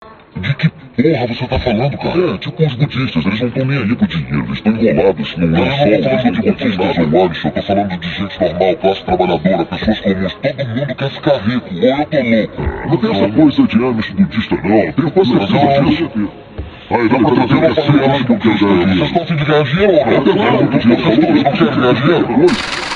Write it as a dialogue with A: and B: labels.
A: De É que porra você tá falando, cara?
B: É, tipo os budistas, eles não estão nem aí pro dinheiro, eles estão enrolados num
A: Não,
B: lençol,
A: eu não tô
B: eles não
A: falando de budistas,
B: estão nada.
A: eu acho. Eu tô falando de gente normal, classe trabalhadora, pessoas comuns. Todo mundo quer ficar rico. Ou eu tô louco.
B: Não tem essa coisa de Hermes budista, não. Tenho quase
A: Não,
B: certeza
A: não.
B: disso. Aí,
A: Dá pra
B: dá
A: trazer Ну, Ну, uma família de budista. Vocês estão afim de ganhar dinheiro ou não? Vocês estão afim de ganhar dinheiro?